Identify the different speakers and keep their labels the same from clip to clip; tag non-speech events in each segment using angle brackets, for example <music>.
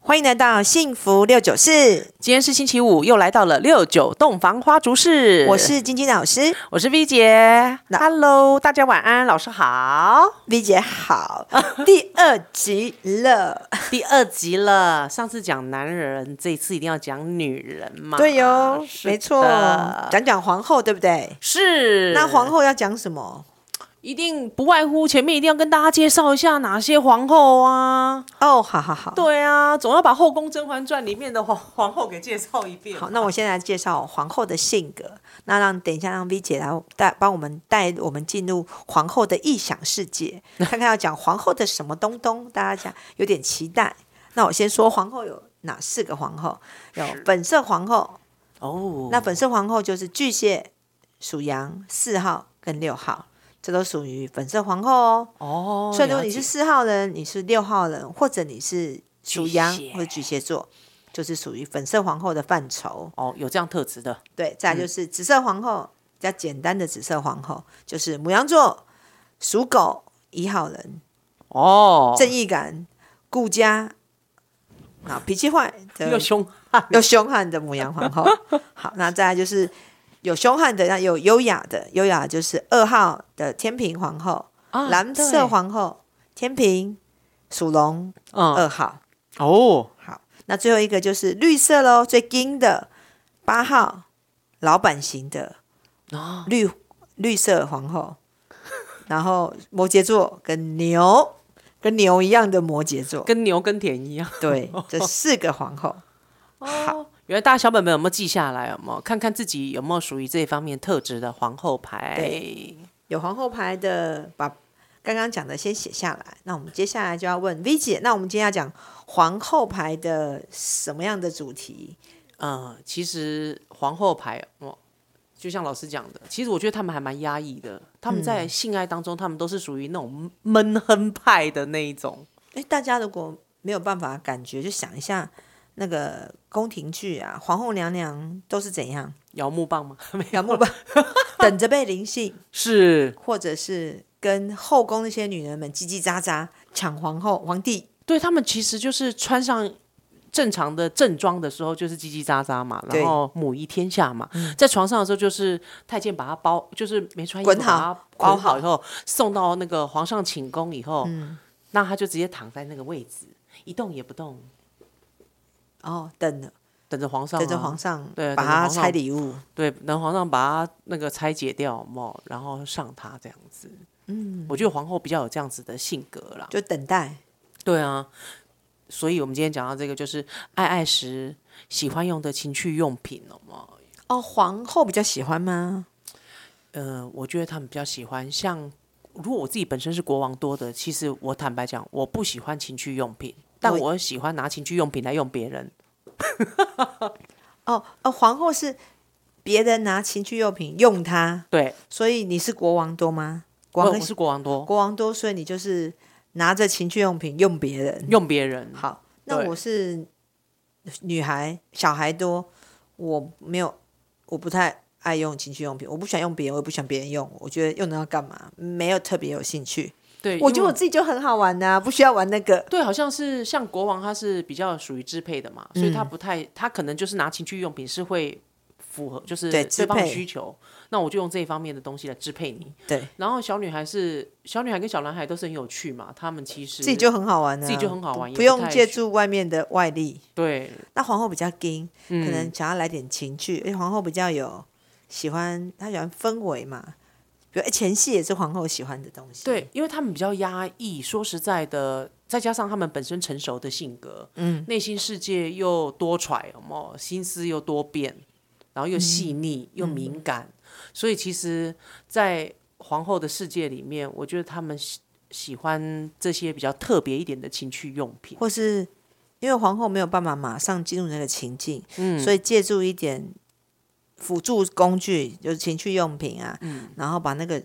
Speaker 1: 欢迎来到幸福六九四，
Speaker 2: 今天是星期五，又来到了六九洞房花烛式。
Speaker 1: 我是晶晶老师
Speaker 2: 我是 V 姐
Speaker 1: 那
Speaker 2: ，Hello，大家晚安，老师好。
Speaker 1: ，V 姐好，
Speaker 2: <laughs>
Speaker 1: 第二集了，
Speaker 2: 第二集了，上次讲男人，这一次一定要讲女人嘛？
Speaker 1: 对哟，
Speaker 2: 是
Speaker 1: 没错
Speaker 2: 的，
Speaker 1: 讲讲皇后对不对？
Speaker 2: 是
Speaker 1: 那皇后要讲什么？
Speaker 2: 一定不外乎前面一定要跟大家介绍一下哪些皇后啊？
Speaker 1: 哦，好好好，
Speaker 2: 对啊，总要把《后宫甄嬛传》里面的皇皇后给介绍一遍。
Speaker 1: 好，那我先来介绍皇后的性格，那让等一下让 V 姐来带帮我们带我们进入皇后的异想世
Speaker 2: <laughs>
Speaker 1: 界，看看要讲皇后的什么东东，大家讲有点期待。那我先说皇后有哪四个皇后？有本色皇后，
Speaker 2: 哦，
Speaker 1: 那本色皇后就是巨蟹、属羊四号跟六号，这都属于本色皇后哦。
Speaker 2: 哦，
Speaker 1: 所以如果
Speaker 2: 了
Speaker 1: 你是
Speaker 2: 解
Speaker 1: 四号人，你是六号人，或者你是属
Speaker 2: 巨
Speaker 1: 羊
Speaker 2: 蟹
Speaker 1: 或者巨蟹座，就是属于本色皇后的范畴。
Speaker 2: 哦有这样特质的，
Speaker 1: 对，再来就是紫色皇后，比较简单的紫色皇后，就是母羊座、属狗、一号人，
Speaker 2: 哦，
Speaker 1: 正义感、顾家，啊，脾气坏的
Speaker 2: 又凶
Speaker 1: 有凶悍的母羊皇后。好，那再来就是有凶悍的，那有优雅的，优雅就是二号的天平皇后，
Speaker 2: 啊
Speaker 1: 蓝色
Speaker 2: 对
Speaker 1: 皇后，天平属龙
Speaker 2: 嗯
Speaker 1: 二号。
Speaker 2: 哦
Speaker 1: 好，那最后一个就是绿色喽，最金的八号老板型的
Speaker 2: 哦
Speaker 1: 绿绿色皇后，然后摩羯座跟牛跟牛一样的摩羯座，
Speaker 2: 跟牛跟田一样。 <laughs>
Speaker 1: 对，这四个皇后。好，
Speaker 2: 哦，原来大家小本本有没有记下来？有没有看看自己有没有属于这方面特质的皇后牌
Speaker 1: 对？有皇后牌的，把刚刚讲的先写下来。那我们接下来就要问 V 姐，那我们今天要讲皇后牌的什么样的主题？
Speaker 2: 嗯，其实皇后牌，我就像老师讲的，其实我觉得他们还蛮压抑的。他们在性爱当中，他们都是属于那种闷哼派的那一种。
Speaker 1: 哎，大家如果没有办法感觉，就想一下那个宫廷剧啊，皇后娘娘都是怎 <laughs> 样，
Speaker 2: 摇木棒吗？ <laughs> 没有
Speaker 1: 杨木吧，等着被灵性，
Speaker 2: 是
Speaker 1: 或者是跟后宫那些女人们叽叽喳喳抢皇后、皇帝，
Speaker 2: 对他们其实就是穿上正常的正装的时候就是叽叽喳喳嘛，
Speaker 1: 对嗯
Speaker 2: 然后母仪天下嘛，在床上的时候就是太监把她包，就是没穿衣服
Speaker 1: 滚
Speaker 2: 把
Speaker 1: 好
Speaker 2: 她
Speaker 1: 滚
Speaker 2: 包
Speaker 1: 好
Speaker 2: 好以后送到那个皇上寝宫以后，
Speaker 1: 嗯
Speaker 2: 那她就直接躺在那个位置一动也不动，
Speaker 1: 然后等了，
Speaker 2: 等着皇上、
Speaker 1: 哦
Speaker 2: 啊，
Speaker 1: 等着皇上
Speaker 2: 对
Speaker 1: 把
Speaker 2: 等着
Speaker 1: 她
Speaker 2: 皇上
Speaker 1: 拆礼物。
Speaker 2: 对，等皇上把她那个拆解掉嘛，然后上她这样子。嗯，我觉得皇后比较有这样子的性格啦。
Speaker 1: 就等待，
Speaker 2: 对啊，所以我们今天讲到这个，就是爱爱时喜欢用的情趣用品了嘛。
Speaker 1: 哦，皇后比较喜欢吗？
Speaker 2: 嗯，我觉得他们比较喜欢像，如果我自己本身是国王多的，其实我坦白讲，我不喜欢情趣用品，但
Speaker 1: 我
Speaker 2: 我喜欢拿情趣用品来用别人。
Speaker 1: 哦哦，皇后是别人拿情趣用品用它，
Speaker 2: 对，
Speaker 1: 所以你是国王多吗？国
Speaker 2: 我
Speaker 1: 王
Speaker 2: 我
Speaker 1: 很
Speaker 2: 是国王多，
Speaker 1: 国王多，所以你就是拿着情趣用品用别人。
Speaker 2: 用别人。
Speaker 1: 好，那
Speaker 2: 对
Speaker 1: 我是女孩，小孩多，我没有，我不太爱用情趣用品，我不喜欢用别人，我也不喜欢别人用，我觉得用它干嘛？没有特别有兴趣。
Speaker 2: 对，
Speaker 1: 我
Speaker 2: 因
Speaker 1: 觉得
Speaker 2: 为
Speaker 1: 我自己就很好玩呐、不需要玩那个。
Speaker 2: 对，好像是像国王，他是比较属于支配的嘛，所以他不太，他可能就是拿情趣用品是会符合，就是
Speaker 1: 对支
Speaker 2: 对方的
Speaker 1: 配
Speaker 2: 需求。那我就用这一方面的东西来支配你。
Speaker 1: 对，
Speaker 2: 然后小女孩是小女孩跟小男孩都是很有趣嘛，他们其实
Speaker 1: 自己就很好玩、啊，
Speaker 2: 自己就很好玩
Speaker 1: 不
Speaker 2: 也
Speaker 1: 不
Speaker 2: 不
Speaker 1: 用
Speaker 2: 太
Speaker 1: 借
Speaker 2: 需
Speaker 1: 助外面的外力。
Speaker 2: 对，嗯
Speaker 1: 那皇后比较硬，可能想要来点情趣，因为皇后比较有喜欢，她喜欢氛围嘛。比如哎前戏也是皇后喜欢的东西。
Speaker 2: 对，因为他们比较压抑，说实在的，再加上他们本身成熟的性格，嗯，内心世界又多舛，有没有心思又多变，然后又细腻、
Speaker 1: 嗯
Speaker 2: 又敏感，所以其实，在皇后的世界里面，我觉得他们喜喜欢这些比较特别一点的情趣用品。
Speaker 1: 或是因为皇后没有办法马上进入那个情境，
Speaker 2: 嗯
Speaker 1: 所以借助一点辅助工具，就是情趣用品啊，
Speaker 2: 嗯
Speaker 1: 然后把那个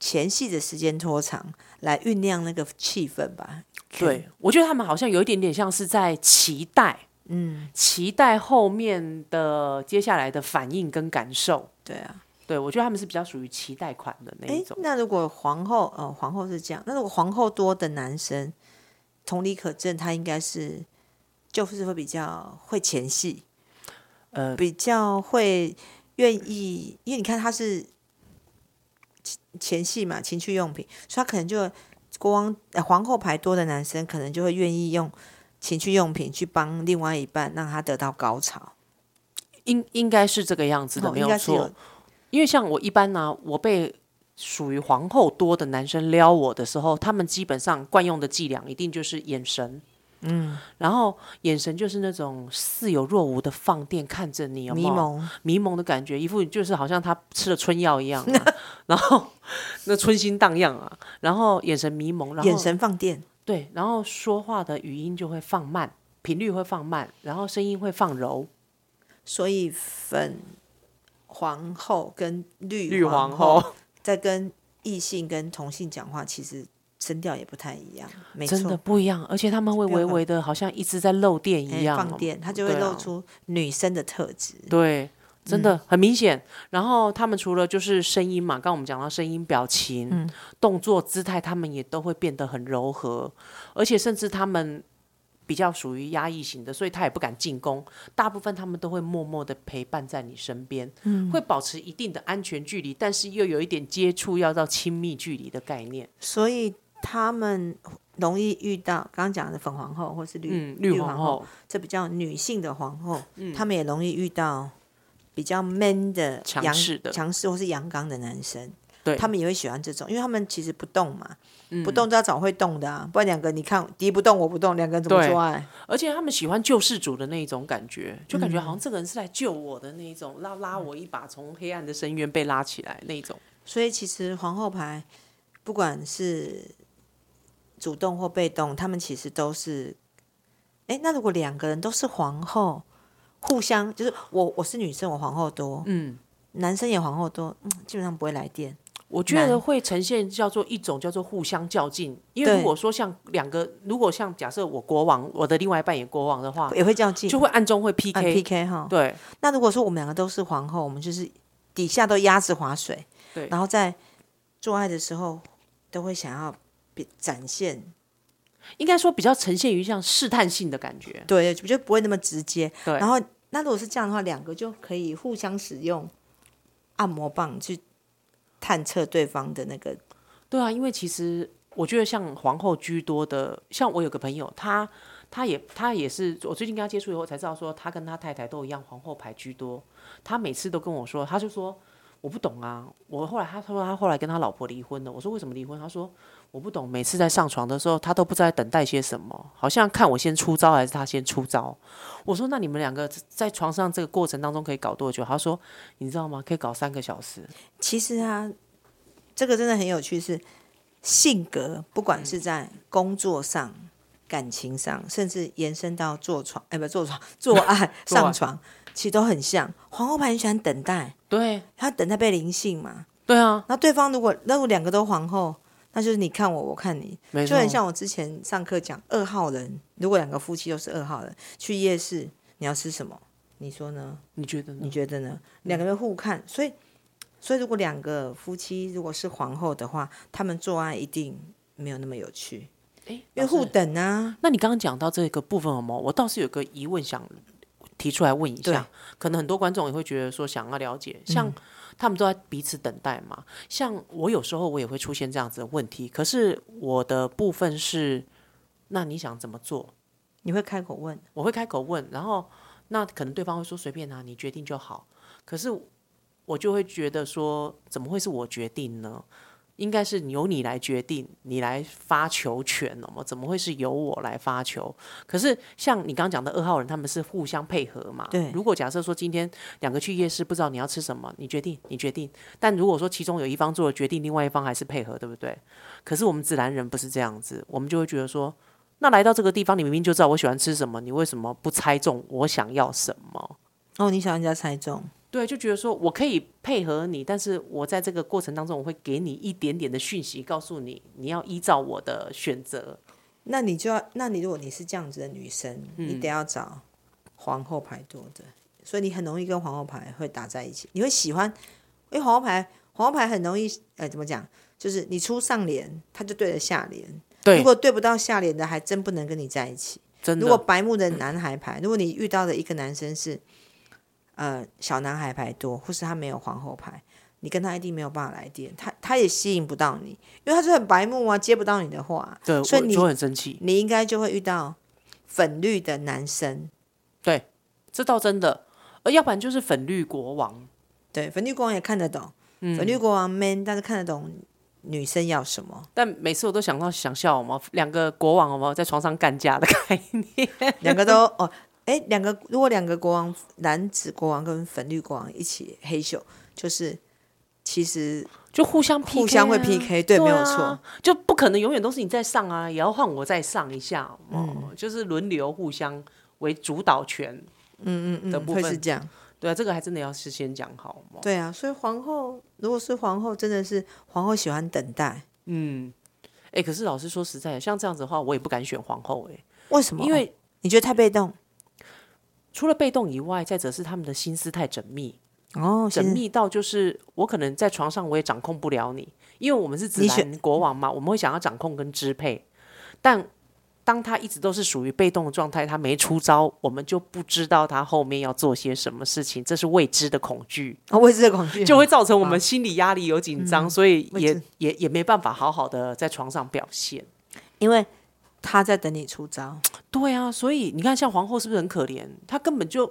Speaker 1: 前戏的时间拖长，来酝酿那个气氛吧。
Speaker 2: 对，我觉得他们好像有一点点像是在期待，嗯，期待后面的接下来的反应跟感受。
Speaker 1: 对啊，
Speaker 2: 对，我觉得他们是比较属于期待款的那一
Speaker 1: 诶，
Speaker 2: 种。
Speaker 1: 那如果皇后，呃，皇后是这样，那如果皇后多的男生，同理可证，他应该是就是会比较会前戏，
Speaker 2: 呃，
Speaker 1: 比较会愿意，因为你看他是前前戏嘛，情趣用品，所以他可能就国王、呃皇后牌多的男生，可能就会愿意用情趣用品去帮另外一半，让他得到高潮。
Speaker 2: 应应该是这个样子的，
Speaker 1: 哦
Speaker 2: 没
Speaker 1: 应该是
Speaker 2: 错。因为像我一般呢、我被属于皇后多的男生撩我的时候，他们基本上惯用的伎俩一定就是眼神，嗯，然后眼神就是那种似有若无的放电看着你，
Speaker 1: 有
Speaker 2: 有没
Speaker 1: 迷
Speaker 2: 有
Speaker 1: 蒙，
Speaker 2: 迷蒙的感觉，一副就是好像他吃了春药一样啊、 <laughs> 然后那春心荡漾啊，然后眼神迷蒙，然后
Speaker 1: 眼神放电，
Speaker 2: 对，然后说话的语音就会放慢，频率会放慢，然后声音会放柔，
Speaker 1: 所以粉皇后跟绿
Speaker 2: 绿
Speaker 1: 皇
Speaker 2: 皇后。
Speaker 1: 在跟异性跟同性讲话，其实声调也不太一样，没错
Speaker 2: 真的。不一样，而且他们会
Speaker 1: 不要
Speaker 2: 微
Speaker 1: 乱
Speaker 2: 微的，好像一直在漏电
Speaker 1: 哎
Speaker 2: 一样哦，
Speaker 1: 放电，它就会
Speaker 2: 对啊
Speaker 1: 露出女生的特质。
Speaker 2: 对，真的、很明显。然后他们除了就是声音嘛，刚刚我们讲到声音、表情、动作、姿态，他们也都会变得很柔和，而且甚至他们比较属于压抑型的，所以他也不敢进攻。大部分他们都会默默的陪伴在你身边，会保持一定的安全距离，但是又有一点接触，要到亲密距离的概念。
Speaker 1: 所以他们容易遇到刚刚讲的粉皇后或是绿、
Speaker 2: 嗯，
Speaker 1: 绿
Speaker 2: 绿皇
Speaker 1: 后，
Speaker 2: 后
Speaker 1: 这比较女性的皇后，
Speaker 2: 嗯
Speaker 1: 他们也容易遇到比较 man 的
Speaker 2: 强
Speaker 1: 阳
Speaker 2: 势的
Speaker 1: 强势或是阳刚的男生。
Speaker 2: 对嗯
Speaker 1: 他们也会喜欢这种，因为他们其实不动嘛，不动就要找会动的啊，不然两个你看敌不动我不动，两个人怎么
Speaker 2: 对
Speaker 1: 做爱？
Speaker 2: 而且他们喜欢救世主的那一种感觉，就感觉好像这个人是来救我的那一种，拉拉我一把，从黑暗的深渊被拉起来那一种。
Speaker 1: 所以其实皇后牌不管是主动或被动，他们其实都是，哎，那如果两个人都是皇后，互相就是我我是女生，我皇后多，
Speaker 2: 嗯，
Speaker 1: 男生也皇后多，嗯，基本上不会来电。
Speaker 2: 我觉得会呈现叫做一种叫做互相较劲，因为
Speaker 1: 对
Speaker 2: 如果说像两个，如果像假设我国王，我的另外一半也国王的话，
Speaker 1: 也会较劲，
Speaker 2: 就会暗中会 PK、
Speaker 1: 按 PK 啊哈。
Speaker 2: 对，
Speaker 1: 那如果说我们两个都是皇后，我们就是底下都鸭子划水，
Speaker 2: 对
Speaker 1: 然后在做爱的时候都会想要比展现，
Speaker 2: 应该说比较呈现于像试探性的感觉。
Speaker 1: 对，就不会那么直接。
Speaker 2: 对
Speaker 1: 然后那如果是这样的话，两个就可以互相使用按摩棒去探测对方的那个
Speaker 2: 对啊，因为其实我觉得像皇后居多的，像我有个朋友，他他也他也是，我最近跟他接触以后才知道说，他跟他太太都一样，皇后牌居多。他每次都跟我说，他就说我不懂啊。我后来他说他后来跟他老婆离婚了，我说为什么离婚？他说我不懂，每次在上床的时候，他都不知道在等待些什么，好像看我先出招还是他先出招。我说那你们两个在床上这个过程当中可以搞多久？他说你知道吗？可以搞三个小时。
Speaker 1: 其实啊，这个真的很有趣是，性格不管是在工作上、感情上，甚至延伸到坐床，哎，不坐床， <laughs> 做爱、
Speaker 2: 做爱
Speaker 1: 上床，其实都很像。皇后牌很喜欢等待，
Speaker 2: 对
Speaker 1: 他等待被灵性嘛。
Speaker 2: 对啊，
Speaker 1: 那对方如果那如果两个都皇后，那就是你看我，我看你，
Speaker 2: 没
Speaker 1: 就
Speaker 2: 错，
Speaker 1: 很像我之前上课讲二号人，如果两个夫妻都是二号人，去夜市你要吃什么？你说呢？
Speaker 2: 你觉得呢
Speaker 1: 你？觉得
Speaker 2: 嗯
Speaker 1: 呢？两个人互看，所以所以如果两个夫妻如果是皇后的话，他们做爱一定没有那么有趣，
Speaker 2: 哎，
Speaker 1: 因为
Speaker 2: 老师
Speaker 1: 互等啊。
Speaker 2: 那你刚刚讲到这个部分，有没有？我倒是有个疑问想提出来问一
Speaker 1: 对
Speaker 2: 下，可能很多观众也会觉得说想要了解，像他们都在彼此等待嘛。像我有时候我也会出现这样子的问题，可是我的部分是，那你想怎么做？
Speaker 1: 你会开口问，
Speaker 2: 我会开口问，然后那可能对方会说随便啊，你决定就好。可是我就会觉得说，怎么会是我决定呢？应该是由你来决定，你来发球权哦怎么会是由我来发球？可是像你刚刚讲的二号人，他们是互相配合嘛？
Speaker 1: 对
Speaker 2: 如果假设说今天两个去夜市，不知道你要吃什么，你决定，你决定。但如果说其中有一方做了决定，另外一方还是配合，对不对？可是我们自然人不是这样子，我们就会觉得说，那来到这个地方，你明明就知道我喜欢吃什么，你为什么不猜中我想要什么？
Speaker 1: 哦，你想人家猜中，
Speaker 2: 对，就觉得说我可以配合你，但是我在这个过程当中，我会给你一点点的讯息，告诉你你要依照我的选择。
Speaker 1: 那你就要，那你如果你是这样子的女生，
Speaker 2: 嗯
Speaker 1: 你得要找皇后牌多的，所以你很容易跟皇后牌会打在一起，你会喜欢，因为皇后牌，皇后牌很容易，呃，怎么讲？就是你出上联，他就对了下联。
Speaker 2: 对
Speaker 1: 如果对不到下联的，还真不能跟你在一起。
Speaker 2: 真
Speaker 1: 如果
Speaker 2: 的，
Speaker 1: 白目的男孩牌，如果你遇到的一个男生是，呃，小男孩牌多，或是他没有皇后牌，你跟他一定没有办法来电，他他也吸引不到你，因为他是很白目啊，接不到你的话，
Speaker 2: 对，
Speaker 1: 所以
Speaker 2: 我
Speaker 1: 你
Speaker 2: 就会很生气。
Speaker 1: 你应该就会遇到粉绿的男生，
Speaker 2: 这倒真的，呃，要不然就是粉绿国王，
Speaker 1: 对，粉绿国王也看得懂，
Speaker 2: 嗯
Speaker 1: 粉绿国王 man，但是看得懂女生要什么， <laughs>
Speaker 2: 但每次我都想到想笑，我们两个国王，我们在床上干架的概念，
Speaker 1: 两个都哦，哎，两个如果两个国王，蓝紫国王跟粉绿国王一起黑袖，就是其实
Speaker 2: 就互相 PK，、
Speaker 1: 互相会 PK，对，没有错
Speaker 2: 啊。，就不可能永远都是你在上啊，也要换我再上一下，哦，就是轮流互相为主导权，嗯嗯的部
Speaker 1: 会是
Speaker 2: 分，哦
Speaker 1: 这样，
Speaker 2: 对啊，这个还真的要事先讲好嘛，
Speaker 1: 对啊，所以皇后如果是皇后，真的是皇后喜欢等待，
Speaker 2: 哎、可是老师说实在的，像这样子的话，我也不敢选皇后、欸，
Speaker 1: 为什么？
Speaker 2: 因为
Speaker 1: 你觉得太被动
Speaker 2: 除了被动以外，再者是他们的心思太缜密，
Speaker 1: 哦，
Speaker 2: 缜
Speaker 1: 先生
Speaker 2: 密到就是我可能在床上我也掌控不了你，因为我们是紫
Speaker 1: 你选
Speaker 2: 兰国王嘛，我们会想要掌控跟支配，但当他一直都是属于被动的状态，他没出招，我们就不知道他后面要做些什么事情，这是未知的恐惧，
Speaker 1: 哦，我也是这个恐惧，
Speaker 2: 就会造成我们心理压力有紧张，所以
Speaker 1: 未
Speaker 2: 也
Speaker 1: 知
Speaker 2: 也也没办法好好的在床上表现。
Speaker 1: 因为他在等你出招，
Speaker 2: 对啊，所以你看，像皇后是不是很可怜？她根本就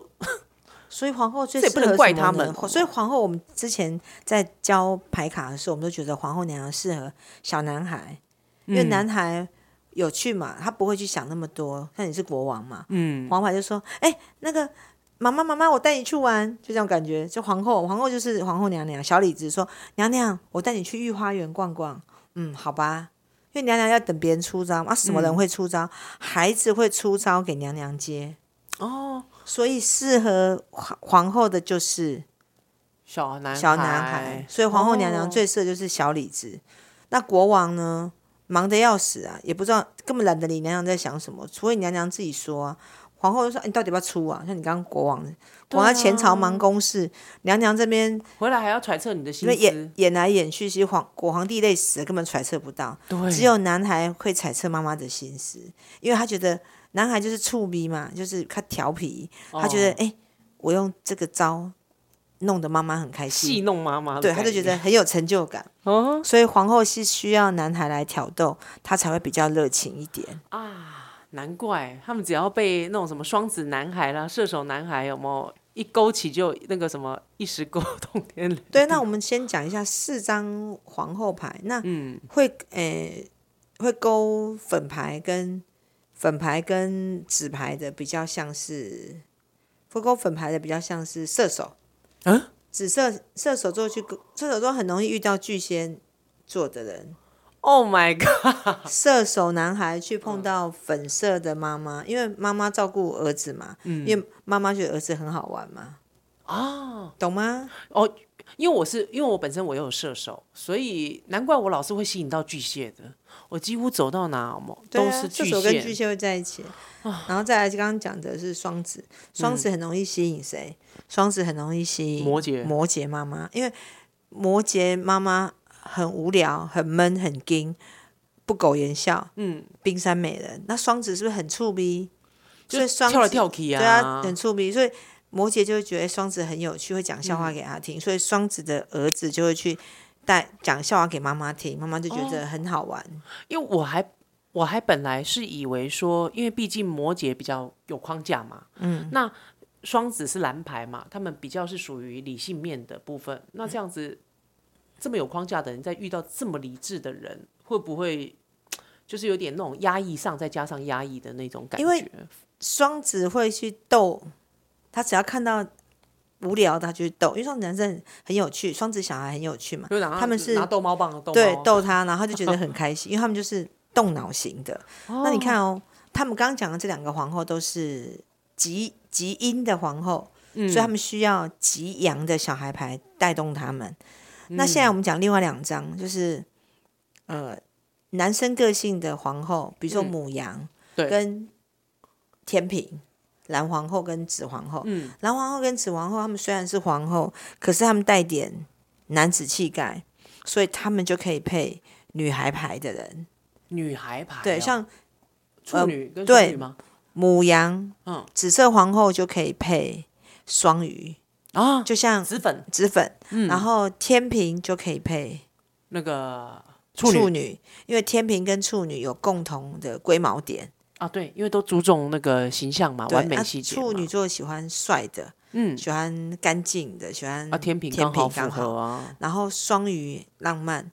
Speaker 1: 所以皇后最
Speaker 2: 这也不
Speaker 1: 适合
Speaker 2: 能怪
Speaker 1: 什么
Speaker 2: 他
Speaker 1: 呢
Speaker 2: 们哦
Speaker 1: 所以皇后，我们之前在教牌卡的时候，我们都觉得皇后娘娘适合小男孩，因为男孩有趣嘛，他不会去想那么多。像你是国王嘛，嗯，皇牌就说：“哎、那个妈妈，妈妈，我带你去玩。”就这种感觉。就皇后，皇后就是皇后娘娘。小李子说：“娘娘，我带你去御花园逛逛。”嗯，好吧。因为娘娘要等别人出招啊，什么人会出招？孩子会出招给娘娘接
Speaker 2: 哦，
Speaker 1: 所以适合皇皇后的就是
Speaker 2: 小男
Speaker 1: 小男孩，所以皇后娘娘
Speaker 2: 哦
Speaker 1: 最适合就是小李子。那国王呢，忙得要死啊，也不知道根本懒得理娘娘在想什么，除非娘娘自己说啊。皇后就说、哎你到底要不要出啊？像你刚刚国王，国王在前朝忙公事，娘娘这边
Speaker 2: 回来还要揣测你的
Speaker 1: 因
Speaker 2: 心
Speaker 1: 为
Speaker 2: 思
Speaker 1: 演，演来演去，其实皇国皇帝累死了，根本揣测不到。
Speaker 2: 对，
Speaker 1: 只有男孩会揣测妈妈的心思，因为他觉得男孩就是触逼嘛，就是他调皮，他觉得
Speaker 2: 哦
Speaker 1: 哎、诶我用这个招弄得妈妈很开
Speaker 2: 戏
Speaker 1: 心，
Speaker 2: 弄妈妈的
Speaker 1: 对，
Speaker 2: 概念，
Speaker 1: 他就觉得很有成就感。
Speaker 2: 哦
Speaker 1: 所以皇后是需要男孩来挑逗，她才会比较热情一点。
Speaker 2: 啊，难怪他们只要被那种什么双子男孩啦、射手男孩有没有一勾起就那个什么一
Speaker 1: <laughs>
Speaker 2: 时沟通天雷。
Speaker 1: 对，那我们先讲一下四张皇后牌，那
Speaker 2: 嗯
Speaker 1: 会诶、会勾粉牌跟粉牌跟紫牌的比较像是，会勾粉牌的比较像是射手，
Speaker 2: 嗯，
Speaker 1: 紫射射手座去勾射手座很容易遇到巨蟹座的人，
Speaker 2: Oh my god！
Speaker 1: 射手男孩去碰到粉色的妈妈，因为妈妈照顾儿子嘛，因为妈妈觉得儿子很好玩嘛，哦，懂吗？
Speaker 2: 因为我是因为我本身我又有射手，所以难怪我老是会吸引到巨蟹的。我几乎走到哪有没有
Speaker 1: 对
Speaker 2: 都
Speaker 1: 啊，
Speaker 2: 是
Speaker 1: 射
Speaker 2: 巨
Speaker 1: 手
Speaker 2: 蟹，啊
Speaker 1: 跟巨蟹会在一起，然后再来就刚刚讲的是双子，双子很容易吸引谁？双子很容易吸引
Speaker 2: 嗯摩羯
Speaker 1: 摩羯妈妈，因为摩羯妈妈很无聊、很闷、很硬，不苟言笑，
Speaker 2: 嗯，
Speaker 1: 冰山美人。那双子是不是很触逼？所以
Speaker 2: 就
Speaker 1: 双
Speaker 2: 跳来
Speaker 1: 子
Speaker 2: 跳去
Speaker 1: 对啊，很触鼻，所以摩羯就会觉得哎双子很有趣，会讲笑
Speaker 2: 嗯
Speaker 1: 话给他听，所以双子的儿子就会去带讲笑话给妈妈听，妈妈就
Speaker 2: 哦
Speaker 1: 觉得很好玩。
Speaker 2: 因为我还我还本来是以为说，因为毕竟摩羯比较有框架嘛，嗯，那双子是蓝牌嘛，他们比较是属于理性面的部分。那这样子、这么有框架的人，在遇到这么理智的人，会不会就是有点那种压抑上再加上压抑的那种感觉？
Speaker 1: 因为双子会去逗，他只要看到无聊的，他就去逗，因为双子男生很很有趣，双子小孩很有趣嘛，
Speaker 2: 就拿
Speaker 1: 他们是
Speaker 2: 拿逗猫棒的逗
Speaker 1: 对
Speaker 2: 猫，
Speaker 1: 逗他，然后他就觉得很开
Speaker 2: <laughs>
Speaker 1: 心，因为他们就是动脑型的。那你看哦，他们刚刚讲的这两个皇后都是极极阴的皇后，
Speaker 2: 嗯
Speaker 1: 所以他们需要极阳的小孩牌带动他们。那
Speaker 2: 嗯
Speaker 1: 现在我们讲另外两张，就是呃男生个性的皇后，比如说母羊、
Speaker 2: 嗯对
Speaker 1: 跟天平。蓝皇后跟紫皇后，
Speaker 2: 嗯
Speaker 1: 蓝皇后跟紫皇后，他们虽然是皇后，可是他们带点男子气概，所以他们就可以配女孩牌的人。
Speaker 2: 女孩牌、啊
Speaker 1: 对，像呃
Speaker 2: 处女跟处
Speaker 1: 对
Speaker 2: 女吗？
Speaker 1: 母羊，
Speaker 2: 嗯，
Speaker 1: 紫色皇后就可以配双鱼，
Speaker 2: 啊，
Speaker 1: 就像
Speaker 2: 紫粉
Speaker 1: 紫粉，
Speaker 2: 嗯
Speaker 1: 然后天平就可以配
Speaker 2: 那个处
Speaker 1: 处
Speaker 2: 女
Speaker 1: 因为天平跟处女有共同的龟毛点，
Speaker 2: 啊，对，因为都注重那个形象嘛，
Speaker 1: 对
Speaker 2: 完美
Speaker 1: 啊
Speaker 2: 细节嘛、
Speaker 1: 处女座喜欢帅的，
Speaker 2: 嗯
Speaker 1: 喜欢干净的，喜欢
Speaker 2: 啊，天平
Speaker 1: 天
Speaker 2: 刚
Speaker 1: 平
Speaker 2: 好
Speaker 1: 刚
Speaker 2: 符
Speaker 1: 好
Speaker 2: 合啊，
Speaker 1: 然后双鱼浪漫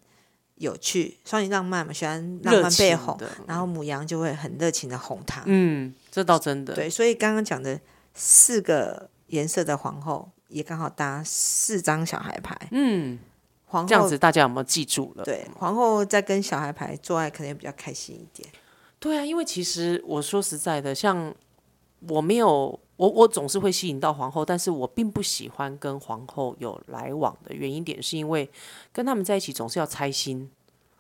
Speaker 1: 有趣，双鱼浪漫嘛，喜欢浪
Speaker 2: 热
Speaker 1: 漫
Speaker 2: 情
Speaker 1: 被哄，
Speaker 2: 的，
Speaker 1: 然后母羊就会很热情的哄他。
Speaker 2: 嗯，这倒真的，
Speaker 1: 对，所以刚刚讲的四个颜色的皇后也刚好搭四张小孩牌，
Speaker 2: 嗯，
Speaker 1: 皇
Speaker 2: 这样
Speaker 1: 后
Speaker 2: 子大家有没有记住了？
Speaker 1: 对皇后在跟小孩牌做爱可能也比较开心一点。
Speaker 2: 对啊，因为其实我说实在的，像我没有我我总是会吸引到皇后，但是我并不喜欢跟皇后有来往的原因点，是因为跟他们在一起总是要猜心，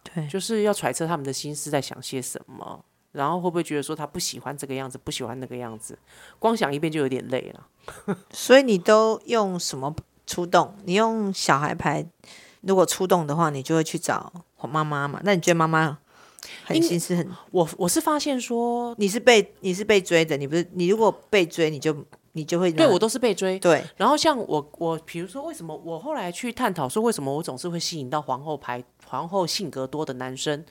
Speaker 1: 对，
Speaker 2: 就是要揣测他们的心思在想些什么，然后会不会觉得说他不喜欢这个样子，不喜欢那个样子，光想一遍就有点累了。
Speaker 1: 所以你都用什么出动？你用小孩牌，如果出动的话，你就会去找妈妈嘛？那你觉得妈妈很
Speaker 2: 应
Speaker 1: 心思很
Speaker 2: 我我是发现说，
Speaker 1: 你是被你是被追的，你不是你如果被追，你就你就会拿
Speaker 2: 对我都是被追，
Speaker 1: 对
Speaker 2: 然后像我，我比如说，为什么我后来去探讨说，为什么我总是会吸引到皇后牌、皇后性格多的男生？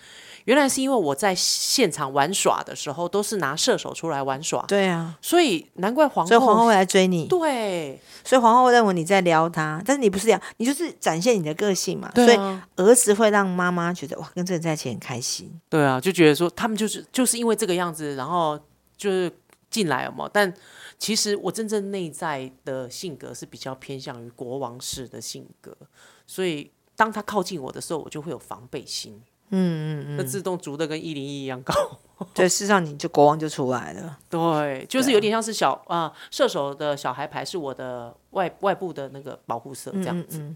Speaker 2: 原来是因为我在现场玩耍的时候，都是拿射手出来玩耍，
Speaker 1: 对啊，
Speaker 2: 所以难怪皇后。
Speaker 1: 所以皇后会来追你，
Speaker 2: 对
Speaker 1: 所以皇后认为你在撩她，但是你不是撩，你就是展现你的个性嘛，所
Speaker 2: 对
Speaker 1: 以
Speaker 2: 啊，
Speaker 1: 儿子会让妈妈觉得哇，跟这个人在一起很开
Speaker 2: <laughs>
Speaker 1: 心，
Speaker 2: 对啊，就觉得说他们就是就是因为这个样子，然后就是进来了嘛。但其实我真正内在的性格是比较偏向于国王式的性格，所以当他靠近我的时候，我就会有防备心。
Speaker 1: 嗯嗯
Speaker 2: 那自动足的跟一零一一
Speaker 1: <laughs>
Speaker 2: 样高。
Speaker 1: 嗯，对，事实上你就国王就出来了，
Speaker 2: 对，就
Speaker 1: 对
Speaker 2: 是
Speaker 1: 啊
Speaker 2: 有点像是小啊、射手的小孩牌是我的外外部的那个保护色这样
Speaker 1: 嗯
Speaker 2: 子。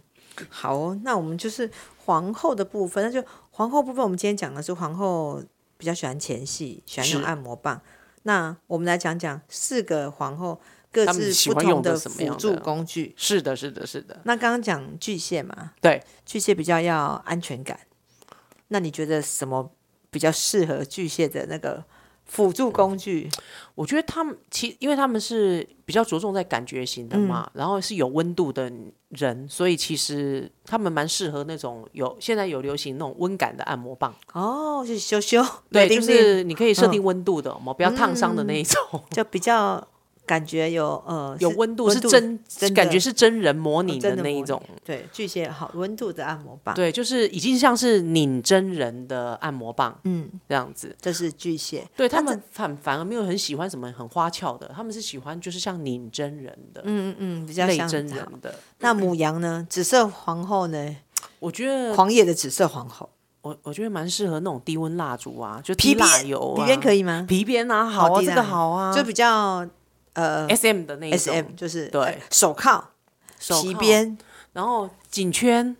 Speaker 1: 好哦、那我们就是皇后的部分，那就皇后部分，我们今天讲的是皇后比较喜欢前戏，喜欢用
Speaker 2: 是
Speaker 1: 按摩棒，那我们来讲讲四个皇后各
Speaker 2: 她们
Speaker 1: 自
Speaker 2: 喜
Speaker 1: 不
Speaker 2: 欢
Speaker 1: 同
Speaker 2: 用的什么
Speaker 1: 辅
Speaker 2: 样
Speaker 1: 助
Speaker 2: 的
Speaker 1: 工具。
Speaker 2: 是的，是的，是的。
Speaker 1: 那刚刚讲巨蟹嘛，
Speaker 2: 对，
Speaker 1: 巨蟹比较要安全感。那你觉得什么比较适合巨蟹的那个辅助工具？
Speaker 2: 我觉得他们其因为他们是比较着重在感觉型的嘛，
Speaker 1: 嗯
Speaker 2: 然后是有温度的人，所以其实他们蛮适合那种有现在有流行那种温感的按摩棒。
Speaker 1: 哦，就是嗯修修，
Speaker 2: 对，
Speaker 1: 美
Speaker 2: 就
Speaker 1: 丁丁
Speaker 2: 是你可以设定温度的，我、不要烫伤的那一种，
Speaker 1: 就比较感觉有呃
Speaker 2: 有
Speaker 1: 是
Speaker 2: 温度是
Speaker 1: 温度
Speaker 2: 真
Speaker 1: 真的
Speaker 2: 感觉是真人模
Speaker 1: 哦
Speaker 2: 拟
Speaker 1: 真
Speaker 2: 的
Speaker 1: 的啊
Speaker 2: 那
Speaker 1: 模
Speaker 2: 一
Speaker 1: 拟
Speaker 2: 种。
Speaker 1: 对巨蟹好温度的按摩棒，
Speaker 2: 对，就是已经像是拧真人的按摩棒
Speaker 1: 嗯，
Speaker 2: 这样子。
Speaker 1: 这是巨蟹，
Speaker 2: 对他
Speaker 1: 那
Speaker 2: 们反反而没有很喜欢什么很花俏的，他们是喜欢就是像拧真人的、
Speaker 1: 嗯嗯嗯，比较
Speaker 2: 类
Speaker 1: 像
Speaker 2: 真
Speaker 1: 它
Speaker 2: 人的。
Speaker 1: 那母羊呢？紫色皇后呢？
Speaker 2: 我觉得
Speaker 1: 狂野的紫色皇后，
Speaker 2: 我我觉得蛮适合那种低温蜡烛啊，就
Speaker 1: 皮
Speaker 2: 滴
Speaker 1: 鞭
Speaker 2: 蜡油、啊，
Speaker 1: 里边可
Speaker 2: 以，
Speaker 1: 以吗？
Speaker 2: 皮鞭啊，好
Speaker 1: 好
Speaker 2: 啊，
Speaker 1: 滴
Speaker 2: 这
Speaker 1: 蜡
Speaker 2: 个好啊，
Speaker 1: 就比较呃
Speaker 2: S M 的那一种
Speaker 1: S M 就是
Speaker 2: 对
Speaker 1: 呃手铐、
Speaker 2: 手
Speaker 1: 皮
Speaker 2: 铐，
Speaker 1: 鞭
Speaker 2: 然后颈圈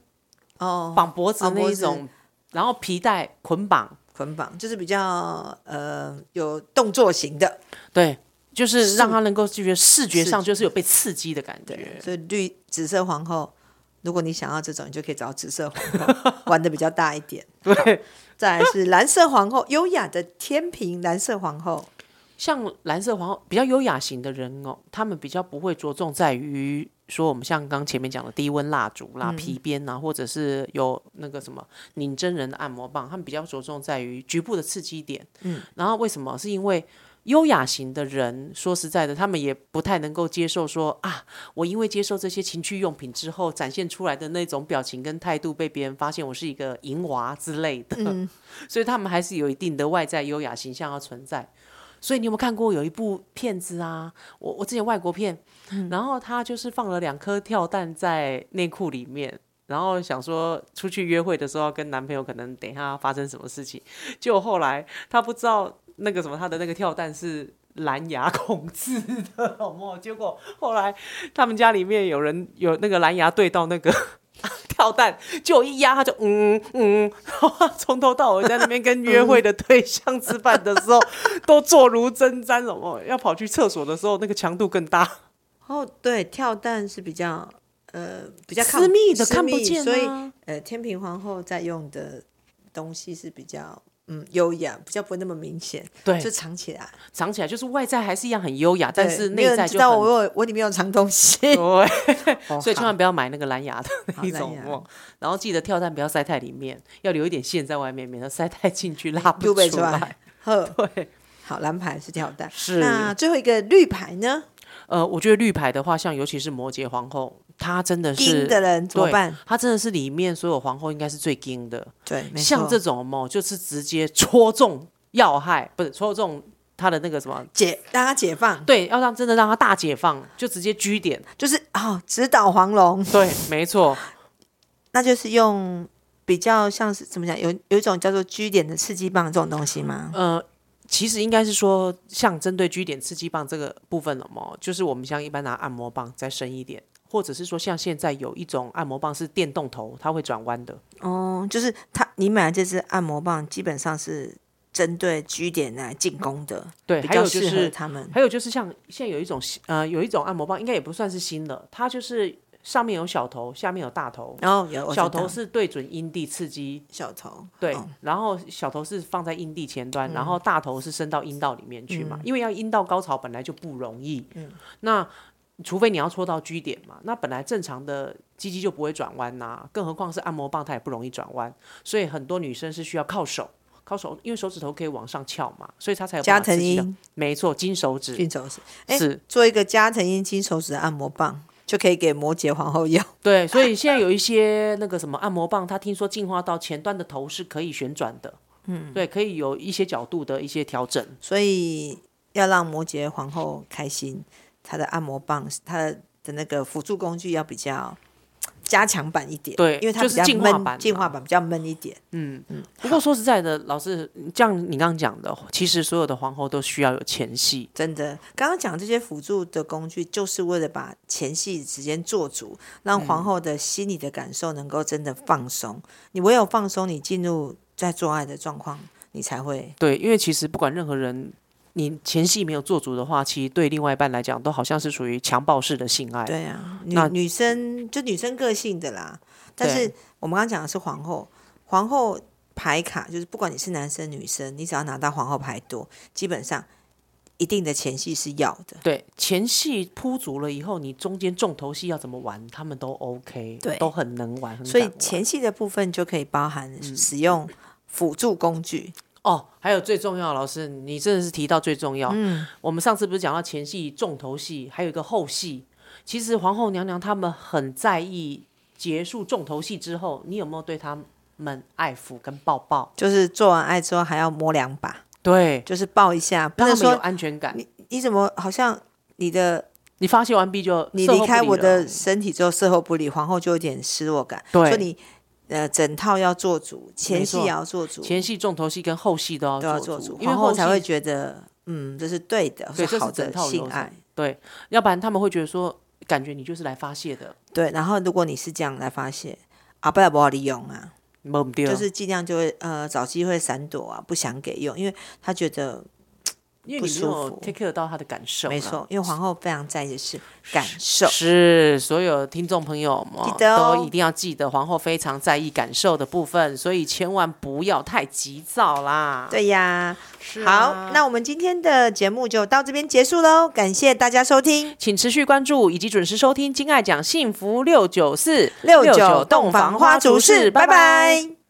Speaker 1: 哦，
Speaker 2: 绑脖子
Speaker 1: 绑
Speaker 2: 那
Speaker 1: 脖
Speaker 2: 一
Speaker 1: 子
Speaker 2: 种，然后皮带捆绑，
Speaker 1: 捆绑，就是比较呃有动作型的，
Speaker 2: 对，就是让
Speaker 1: 是
Speaker 2: 他能够觉得视觉
Speaker 1: 是
Speaker 2: 上就是有被刺激的感觉。
Speaker 1: 所以绿紫色皇后，如果你想要这种，你就可以找紫色皇
Speaker 2: <laughs>
Speaker 1: 后玩的比较大一点。
Speaker 2: 对，
Speaker 1: 再来是蓝色皇后，优雅的天平蓝色皇后，
Speaker 2: 像蓝色皇后比较优雅型的人哦，他们比较不会着重在于说我们像刚前面讲的低温蜡烛啦、皮鞭啊，或者是有那个什么拧真人的按摩棒，他们比较着重在于局部的刺激点。嗯，然后为什么？是因为优雅型的人，说实在的，他们也不太能够接受说啊，我因为接受这些情趣用品之后展现出来的那种表情跟态度，被别人发现我是一个淫娃之类的， <laughs> 所以他们还是有一定的外在优雅形象要存在。所以你有没有看过有一部片子啊？我我之前外国片，然后他就是放了两颗跳蛋在内裤里面，然后想说出去约会的时候要跟男朋友可能等一下发生什么事情，结果后来他不知道那个什么他的那个跳蛋是。蓝牙控制的， <laughs> 好不好？结果后来他们家里面有人有那个蓝牙对到那个 <laughs> 跳蛋，就一压他就嗯嗯， <laughs> 然后他从头到尾在那边跟约会的对象吃饭的时候，都坐如针毡，什么要跑去厕所的时候，那个强度更大。
Speaker 1: 哦对，跳蛋是比较呃比较看
Speaker 2: 私密的
Speaker 1: 私
Speaker 2: 看不见啊
Speaker 1: 所以呃天平皇后在用的东西是比较嗯优雅，比较不会那么明显，
Speaker 2: 对
Speaker 1: 就藏起来。
Speaker 2: 藏起来就是外在还是一样很优雅，但
Speaker 1: 对
Speaker 2: 是
Speaker 1: 没有
Speaker 2: 内
Speaker 1: 人
Speaker 2: 在
Speaker 1: 知
Speaker 2: 就
Speaker 1: 道
Speaker 2: 很
Speaker 1: 我有我里面有藏东
Speaker 2: <laughs>
Speaker 1: 西，
Speaker 2: 对，
Speaker 1: 哦
Speaker 2: 所以千
Speaker 1: 好
Speaker 2: 万不要买那个蓝牙的
Speaker 1: 好
Speaker 2: 那一
Speaker 1: 蓝
Speaker 2: 种
Speaker 1: 牙
Speaker 2: 哦。然后记得跳蛋不要塞太里面，要留一点线在外面，免得塞太进去拉不
Speaker 1: 丢不
Speaker 2: 出
Speaker 1: 出来
Speaker 2: 来。
Speaker 1: 呵，
Speaker 2: 对，
Speaker 1: 好蓝牌是跳蛋，
Speaker 2: 是
Speaker 1: 那最后一个绿牌呢？
Speaker 2: 呃，我觉得绿牌的话，像尤其是摩羯皇后，她真的
Speaker 1: 盯
Speaker 2: 是
Speaker 1: 的人怎么
Speaker 2: 对
Speaker 1: 办？
Speaker 2: 她真的是里面所有皇后应该是最精的。
Speaker 1: 对，没
Speaker 2: 像
Speaker 1: 错
Speaker 2: 这种哦，就是直接戳中要害，不是戳中她的那个什么。
Speaker 1: 解让他解放，
Speaker 2: 对，要让真的让她大解放，就直接居点。
Speaker 1: 就是哦，直捣黄龙，
Speaker 2: 对，没错，
Speaker 1: 那就是用比较像是怎么讲，有有一种叫做居点的刺激棒这种东西吗？
Speaker 2: 呃，其实应该是说，像针对 G 点刺激棒这个部分了嘛，就是我们像一般拿按摩棒再深一点，或者是说像现在有一种按摩棒是电动头，它会转弯的。
Speaker 1: 哦，就是他你买的这支按摩棒基本上是针对居点来进攻的，
Speaker 2: 对，
Speaker 1: 比
Speaker 2: 还
Speaker 1: 较
Speaker 2: 有就
Speaker 1: 适合
Speaker 2: 是
Speaker 1: 他们。
Speaker 2: 还有就是像现在有一种新呃有一种按摩棒，应该也不算是新的，它就是上面有小头，下面有大头。
Speaker 1: 然后有我知
Speaker 2: 小
Speaker 1: 道
Speaker 2: 头是对准阴蒂刺激，
Speaker 1: 小头，
Speaker 2: 对，
Speaker 1: 哦
Speaker 2: 然后小头是放在阴蒂前端，
Speaker 1: 嗯
Speaker 2: 然后大头是伸到阴道里面去嘛，因为要阴道高潮本来就不容易，
Speaker 1: 嗯
Speaker 2: 那除非你要戳到 G 点嘛，那本来正常的鸡鸡就不会转弯呐、更何况是按摩棒它也不容易转弯，所以很多女生是需要靠手。靠手，因为手指头可以往上翘嘛，所以它才有
Speaker 1: 加
Speaker 2: 办法
Speaker 1: 藤
Speaker 2: 刺激到
Speaker 1: 鹰
Speaker 2: 没错，金手指
Speaker 1: 金手指，哎
Speaker 2: 是
Speaker 1: 做一个加藤鹰金手指的按摩棒，就可以给摩羯皇后用。
Speaker 2: 对，所以现在有一些那个什么按摩棒，它听说进化到前端的头是可以旋转的，嗯，对，可以有一些角度的一些调整。
Speaker 1: 所以要让摩羯皇后开心，她的按摩棒，她的的那个辅助工具要比较加强版一点，
Speaker 2: 对
Speaker 1: 因为它
Speaker 2: 就
Speaker 1: 比
Speaker 2: 是
Speaker 1: 较
Speaker 2: 进化
Speaker 1: 闷，
Speaker 2: 版
Speaker 1: 进化
Speaker 2: 嘛
Speaker 1: 版比较闷一点，
Speaker 2: 不过说实在的，老师，这样你刚刚讲的，其实所有的皇后都需要有前戏。
Speaker 1: 真的。刚刚讲这些辅助的工具，就是为了把前戏时间做足，让
Speaker 2: 嗯
Speaker 1: 皇后的心理的感受能够真的放松。你唯有放松，你进入在做爱的状况，你才会
Speaker 2: 对，因为其实不管任何人，你前戏没有做足的话，其实对另外一半来讲，都好像是属于强暴式的性爱。
Speaker 1: 对啊，女
Speaker 2: 那
Speaker 1: 女生就女生个性的啦。但
Speaker 2: 对
Speaker 1: 是我们刚刚讲的是皇后，皇后牌卡就是不管你是男生女生，你只要拿到皇后牌多，基本上一定的前戏是要的。
Speaker 2: 对，前戏铺足了以后，你中间重头戏要怎么玩，他们都 OK，
Speaker 1: 对
Speaker 2: 都很能玩，很
Speaker 1: 所以
Speaker 2: 敢玩
Speaker 1: 前戏的部分就可以包含使用辅助工具，
Speaker 2: 哦，还有最重要，老师，你真的是提到最重要。嗯，我们上次不是讲到前戏、重头戏，还有一个后戏。其实皇后娘娘他们很在意结束重头戏之后，你有没有对他们爱抚跟抱抱？
Speaker 1: 就是做完爱之后还要摸两把，
Speaker 2: 对，
Speaker 1: 就是抱一下，不
Speaker 2: 让
Speaker 1: 能
Speaker 2: 他们有
Speaker 1: 说
Speaker 2: 安全感。你
Speaker 1: 你你怎么好像你的
Speaker 2: 发泄完毕就
Speaker 1: 你
Speaker 2: 售后
Speaker 1: 离
Speaker 2: 不
Speaker 1: 开我
Speaker 2: 了
Speaker 1: 的身体之后，事后不理，皇后就有点失落感。
Speaker 2: 对
Speaker 1: 所以你呃，整套要做足，前戏
Speaker 2: 错
Speaker 1: 也要做足，
Speaker 2: 前戏、重头戏跟后戏都要
Speaker 1: 都要
Speaker 2: 做
Speaker 1: 做
Speaker 2: 足
Speaker 1: 足，，
Speaker 2: 因为
Speaker 1: 皇后
Speaker 2: 戏
Speaker 1: 才会觉得嗯，这是对的，
Speaker 2: 对这
Speaker 1: 好
Speaker 2: 是整
Speaker 1: 的
Speaker 2: 套
Speaker 1: 性
Speaker 2: 流程
Speaker 1: 爱。
Speaker 2: 对，要不然他们会觉得说，感觉你就是来发泄的，
Speaker 1: 对，然后如果你是这样来发泄，啊，不要不要利用啊，
Speaker 2: 没对，
Speaker 1: 就是尽量就会呃找机会闪躲啊，不想给用，因为他觉得
Speaker 2: 因为
Speaker 1: 不
Speaker 2: 你没
Speaker 1: 舒
Speaker 2: 有
Speaker 1: 服
Speaker 2: take care 到他的感受啦。
Speaker 1: 没错，因为皇后非常在意的是感受。
Speaker 2: 是所有听众朋友们
Speaker 1: 记得哦
Speaker 2: 都一定要记得，皇后非常在意感受的部分，所以千万不要太急躁啦。，
Speaker 1: 对呀，
Speaker 2: 是啊
Speaker 1: 好，那我们今天的节目就到这边结束喽，感谢大家收听。
Speaker 2: 请持续关注以及准时收听《金爱讲幸福六九四
Speaker 1: 六九洞房花烛事，拜拜。